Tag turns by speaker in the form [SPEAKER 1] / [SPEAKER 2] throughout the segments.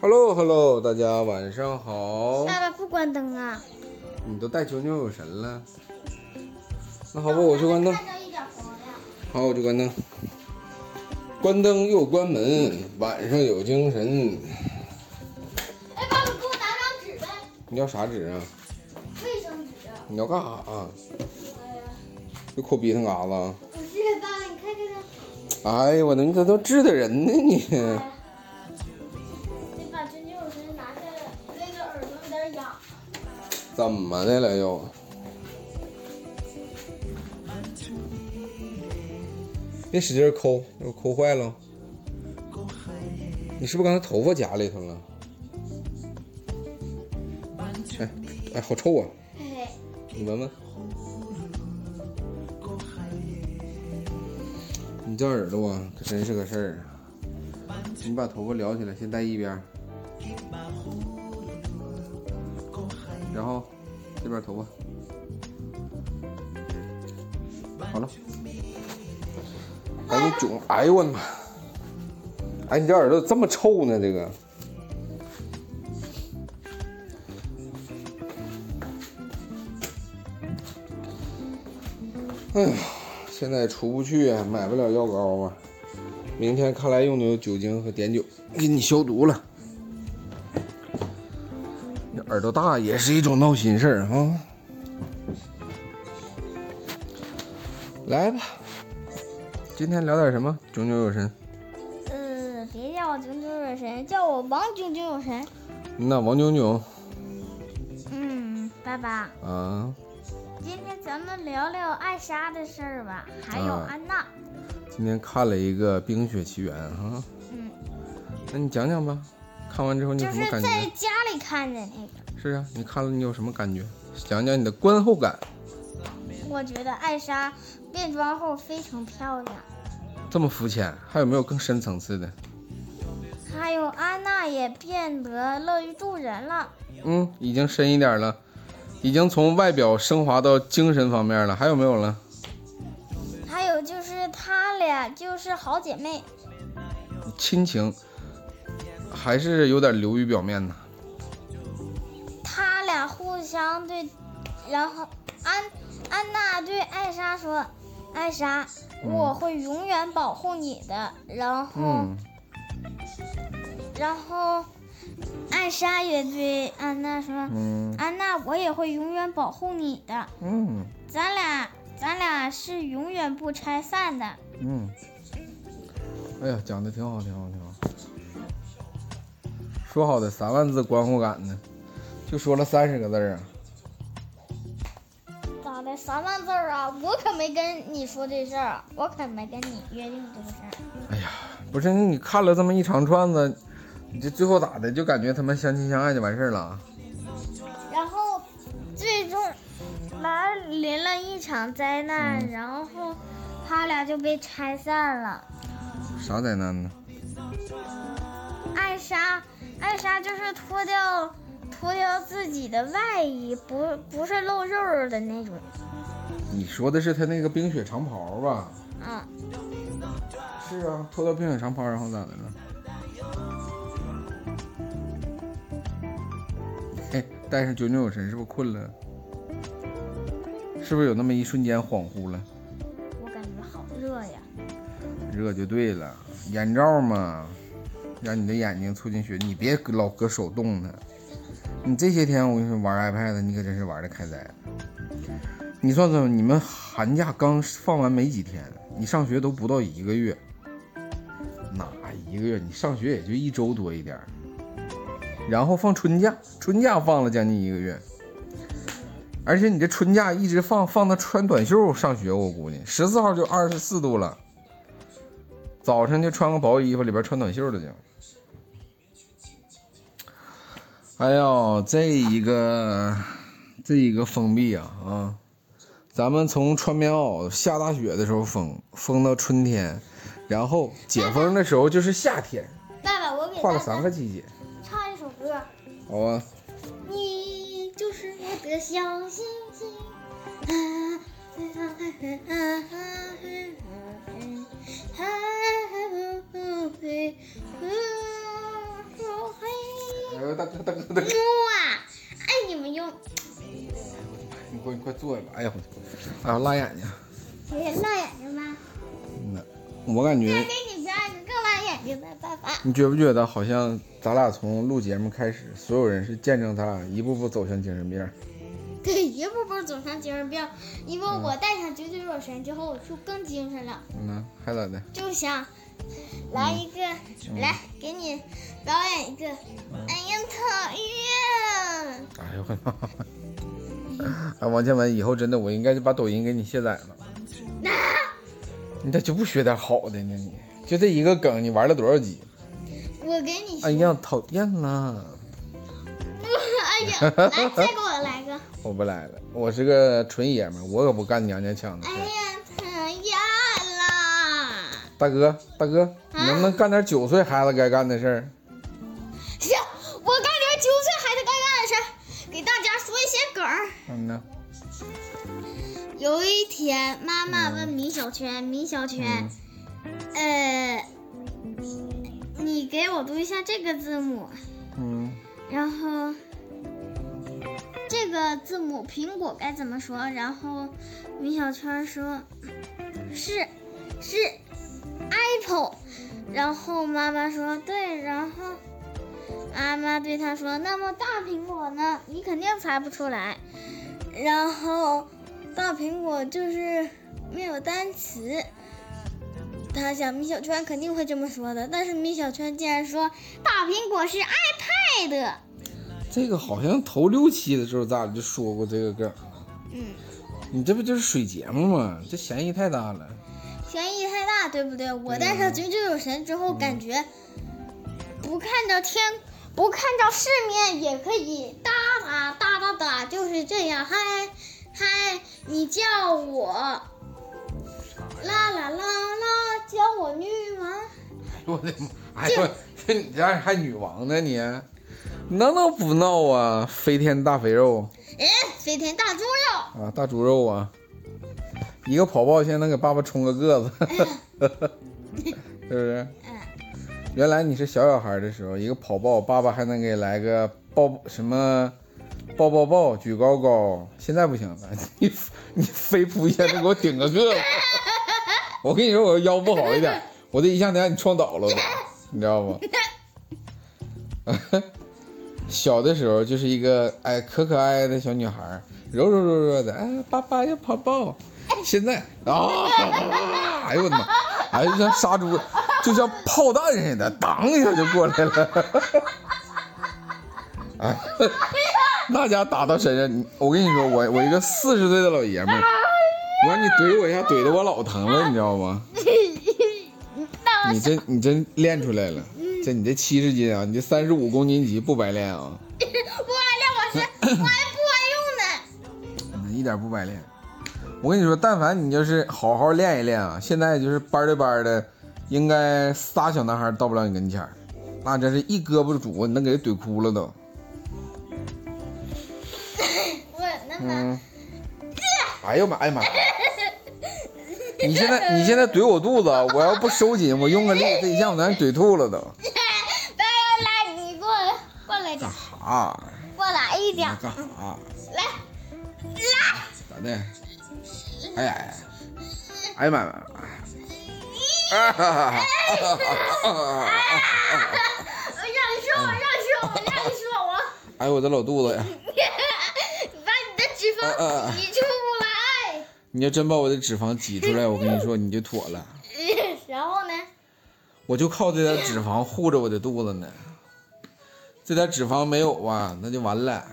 [SPEAKER 1] Hello Hello，大家晚上好。
[SPEAKER 2] 爸爸不关灯啊！
[SPEAKER 1] 你都带九九有神了，那好吧，我去关灯。
[SPEAKER 2] 到一点黄呀。
[SPEAKER 1] 好，我就关灯。关灯又关门，晚上有精神。
[SPEAKER 2] 哎，爸爸给我拿张纸呗，
[SPEAKER 1] 你要啥纸啊？
[SPEAKER 2] 卫生纸。
[SPEAKER 1] 你要干啥啊？又抠鼻涕嘎子啊？
[SPEAKER 2] 不是，爸爸，你看这个。
[SPEAKER 1] 哎呀，我的，你咋都治的人呢你？
[SPEAKER 2] 你把针灸我身拿下来，那个耳朵有点痒。
[SPEAKER 1] 怎么的了又？别使劲抠，又抠坏了。你是不是刚才头发夹里头了？哎，哎，好臭啊！
[SPEAKER 2] 嘿嘿，
[SPEAKER 1] 你闻闻。你这耳朵啊，可真是个事儿啊！你把头发撩起来，先戴一边儿，然后这边头发，好了，赶紧囧！哎呦我的妈！哎，你这耳朵这么臭呢？这个现在出不去啊，买不了药膏啊。明天看来用的有酒精和碘酒，给你消毒了。你耳朵大也是一种闹心事儿啊。来吧，今天聊点什么？炯炯有神。
[SPEAKER 2] 呃，别叫我炯炯有神，叫我王炯炯有神。
[SPEAKER 1] 那王炯炯
[SPEAKER 2] 嗯，爸爸，
[SPEAKER 1] 啊，
[SPEAKER 2] 今天咱们聊聊艾莎的事儿吧，还有
[SPEAKER 1] 啊
[SPEAKER 2] 安娜。
[SPEAKER 1] 今天看了一个《冰雪奇缘》啊，
[SPEAKER 2] 嗯，
[SPEAKER 1] 那你讲讲吧。看完之后你有嗯
[SPEAKER 2] 就
[SPEAKER 1] 什么
[SPEAKER 2] 是
[SPEAKER 1] 感
[SPEAKER 2] 在
[SPEAKER 1] 觉？
[SPEAKER 2] 家里看的那个。
[SPEAKER 1] 是啊，你看了你有什么感觉？讲讲你的观后感。
[SPEAKER 2] 我觉得艾莎变装后非常漂亮。
[SPEAKER 1] 这么肤浅，还有没有更深层次的？
[SPEAKER 2] 还有安娜也变得乐于助人了。
[SPEAKER 1] 嗯，已经深一点了，已经从外表升华到精神方面了，还有没有了？
[SPEAKER 2] 还有就是她俩就是好姐妹，
[SPEAKER 1] 亲情还是有点流于表面呢。
[SPEAKER 2] 她俩互相对，然后安安娜对艾莎说：“艾莎，我会永远保护你的。”然后，
[SPEAKER 1] 嗯，
[SPEAKER 2] 然后艾莎也对安娜说：“
[SPEAKER 1] 嗯
[SPEAKER 2] 安娜，我也会永远保护你的。
[SPEAKER 1] 嗯
[SPEAKER 2] 咱俩，咱俩是永远不拆散的。”
[SPEAKER 1] 嗯。哎呀，讲的挺好，挺好，挺好。说好的三万字观后感呢，就说了三十个字儿啊。
[SPEAKER 2] 咋的？三万字儿啊！我可没跟你说这事儿，啊我可没跟你约定这个事儿。
[SPEAKER 1] 哎不是，你看了这么一长串子，你这最后咋的？就感觉他们相亲相爱就完事儿了啊？
[SPEAKER 2] 然后最终来临了一场灾难，然后他俩就被拆散了。
[SPEAKER 1] 啥灾难呢？
[SPEAKER 2] 艾莎，艾莎就是脱掉脱掉自己的外衣，不不是露肉儿的那种。
[SPEAKER 1] 你说的是他那个冰雪长袍吧？
[SPEAKER 2] 嗯，
[SPEAKER 1] 是啊，脱掉冰雪长袍，然后咋的了？哎，但是九九有神是不是困了？是不是有那么一瞬间恍惚了？
[SPEAKER 2] 我感觉好热呀。
[SPEAKER 1] 热就对了，眼罩嘛，让你的眼睛促进血，你别老搁手动它。你这些天我跟你说玩 iPad，你可真是玩的开哉。你算算，你们寒假刚放完没几天，你上学都不到一个月，哪一个月？你上学也就一周多一点儿，然后放春假，春假放了将近一个月，而且你这春假一直放放到穿短袖上学，我估计十四号就二十四度了。早晨就穿个薄衣服，里边穿短袖的就。哎呦，这一个，这一个封闭啊啊！咱们从穿棉袄下大雪的时候封封到春天，然后解封的时候就是夏天，
[SPEAKER 2] 爸爸，我给
[SPEAKER 1] 跨
[SPEAKER 2] 大
[SPEAKER 1] 了三
[SPEAKER 2] 家
[SPEAKER 1] 个季节。
[SPEAKER 2] 唱一首歌。
[SPEAKER 1] 好啊，
[SPEAKER 2] 你就是我的小星星。啊啊嗯啊啊啊啊
[SPEAKER 1] 哎呦大哥大哥大哥，
[SPEAKER 2] 哇，哎，你们用
[SPEAKER 1] 你快你快坐下吧，哎呦，哎呦辣眼睛，
[SPEAKER 2] 也辣眼睛吗？
[SPEAKER 1] 嗯呐，我感
[SPEAKER 2] 再
[SPEAKER 1] 觉
[SPEAKER 2] 给你表演个更辣眼睛的办法。
[SPEAKER 1] 你觉不觉得好像咱俩从录节目开始，所有人是见证咱俩一步步走向精神病儿？
[SPEAKER 2] 对，哎一步步走上精神病，因为我戴上九九九神之后，我就更精神了，
[SPEAKER 1] 嗯呐，还咋的？
[SPEAKER 2] 就想来一个，来给你表演一个。哎呀，讨厌！
[SPEAKER 1] 哎呦我的
[SPEAKER 2] 嗯
[SPEAKER 1] 妈！哎，王建文，以后真的我应该就把抖音给你卸载了。你咋就不学点好的呢？你就这一个梗，你玩了多少集？
[SPEAKER 2] 我给你，
[SPEAKER 1] 哎呀，讨厌了！
[SPEAKER 2] 哎呀，来，再给我来个。
[SPEAKER 1] 我不来了，我是个纯爷们儿，我可不干娘娘腔的事
[SPEAKER 2] 哎
[SPEAKER 1] 儿。
[SPEAKER 2] 呀，讨厌啦！
[SPEAKER 1] 大哥，大哥，
[SPEAKER 2] 啊
[SPEAKER 1] 你能不能干点九岁孩子该干的事儿？
[SPEAKER 2] 行，我干点九岁孩子该干的事儿，给大家说一些梗儿。
[SPEAKER 1] 嗯呐，
[SPEAKER 2] 有一天，妈妈问米小圈：“米小圈，
[SPEAKER 1] 嗯
[SPEAKER 2] 呃，你给我读一下这个字母。
[SPEAKER 1] 嗯，”
[SPEAKER 2] 然后，这个字母苹果该怎么说？然后，米小圈说：“是，是 apple。”然后妈妈说：“对。”然后。妈妈对他说：“那么大苹果呢？你肯定猜不出来。”然后大苹果就是没有单词。他想米小圈肯定会这么说的，但是米小圈竟然说大苹果是 iPad。
[SPEAKER 1] 这个好像头六期的时候咱俩就说过这个梗。
[SPEAKER 2] 嗯，
[SPEAKER 1] 你这不就是水节目吗？这嫌疑太大了。
[SPEAKER 2] 嫌疑太大，对不对？我戴上九九九神之后，感觉不看到天，不看到世面也可以哒哒哒哒哒，就是这样。嗨嗨，你叫我啦啦啦啦，叫我女王。
[SPEAKER 1] 我的 妈！哎呦，这你这还女王呢你？闹闹不闹啊？飞天大肥肉
[SPEAKER 2] 哎，飞天大猪肉，
[SPEAKER 1] 啊，大猪肉啊，一个跑跑先能给爸爸冲个个子， 是不是？
[SPEAKER 2] 哎嗯，
[SPEAKER 1] 原来你是小小孩的时候，一个跑抱，爸爸还能给来个抱什么抱抱抱、举高高，现在不行了， 你你飞扑一下就给我顶个个 子。我跟你说，我腰不好一点，我这一下得让你撞倒了我，你知道吗？ 小的时候就是一个哎可可爱爱的小女孩，柔柔弱弱的，哎爸爸要跑抱。现在啊，哎呦我的妈，哎就像杀猪，就像炮弹似的，当一下就过来了。 哎，那家打到身上，你我跟你说，我我一个四十岁的老爷们儿，我让你怼我一下，怼的我老疼了，你知道吗？
[SPEAKER 2] 那
[SPEAKER 1] 你真你真练出来了，
[SPEAKER 2] 嗯
[SPEAKER 1] 这你这七十斤啊，你这三十五公斤级不白练啊，
[SPEAKER 2] 我不完了，我是我还不完用呢。
[SPEAKER 1] 嗯一点不白练。我跟你说，但凡你就是好好练一练啊，现在就是班儿对班儿的，应该仨小男孩到不了你跟前儿，那真是一胳膊拄，你能给人怼哭了都。
[SPEAKER 2] 我那么
[SPEAKER 1] 嗯，哎呦妈，哎呀 妈！你现在你现在怼我肚子啊，我要不收紧，我用个力，这一下我能让你怼吐了都。
[SPEAKER 2] 来来来，你过来，过来一
[SPEAKER 1] 干，
[SPEAKER 2] 点
[SPEAKER 1] 哈？
[SPEAKER 2] 过来一点，
[SPEAKER 1] 干哈？
[SPEAKER 2] 来来，
[SPEAKER 1] 咋的？哎呀呀！哎呀妈呀！啊哈哈哈！
[SPEAKER 2] 让哎你说我，让你说我，让你说我，
[SPEAKER 1] 哎呦我的老肚子呀！
[SPEAKER 2] 你把你的脂肪挤出来。
[SPEAKER 1] 你要真把我的脂肪挤出来，我跟你说你就妥了。
[SPEAKER 2] 然后呢？
[SPEAKER 1] 我就靠这点脂肪护着我的肚子呢。这点脂肪没有啊，那就完了。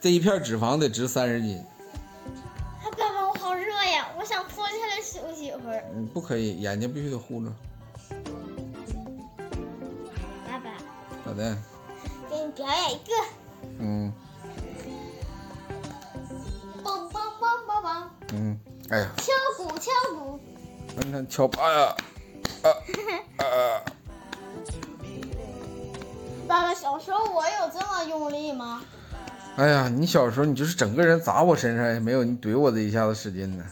[SPEAKER 1] 这一片脂肪得值三十斤，
[SPEAKER 2] 啊，爸爸，我好热呀，我想脱下来休息一会儿。
[SPEAKER 1] 嗯，不可以，眼睛必须得护着。
[SPEAKER 2] 爸爸，
[SPEAKER 1] 咋的？
[SPEAKER 2] 给你表演一个，
[SPEAKER 1] 嗯
[SPEAKER 2] 梆梆梆梆梆，
[SPEAKER 1] 嗯，哎呀，
[SPEAKER 2] 敲鼓敲鼓。
[SPEAKER 1] 你看敲，哎呀，啊啊！
[SPEAKER 2] 爸爸，小时候我有这么用力吗？
[SPEAKER 1] 哎呀，你小时候你就是整个人砸我身上也没有你怼我这一下子使劲呢。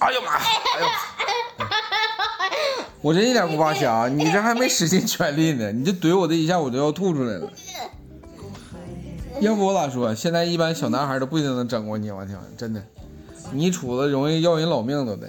[SPEAKER 1] 哎呀妈！哎呦，我这一点不扒瞎，你这还没使尽全力呢，你这怼我这一下我都要吐出来了。要不我咋说？啊现在一般小男孩都不一定能整过你，我天，真的，你杵子容易要人老命都得。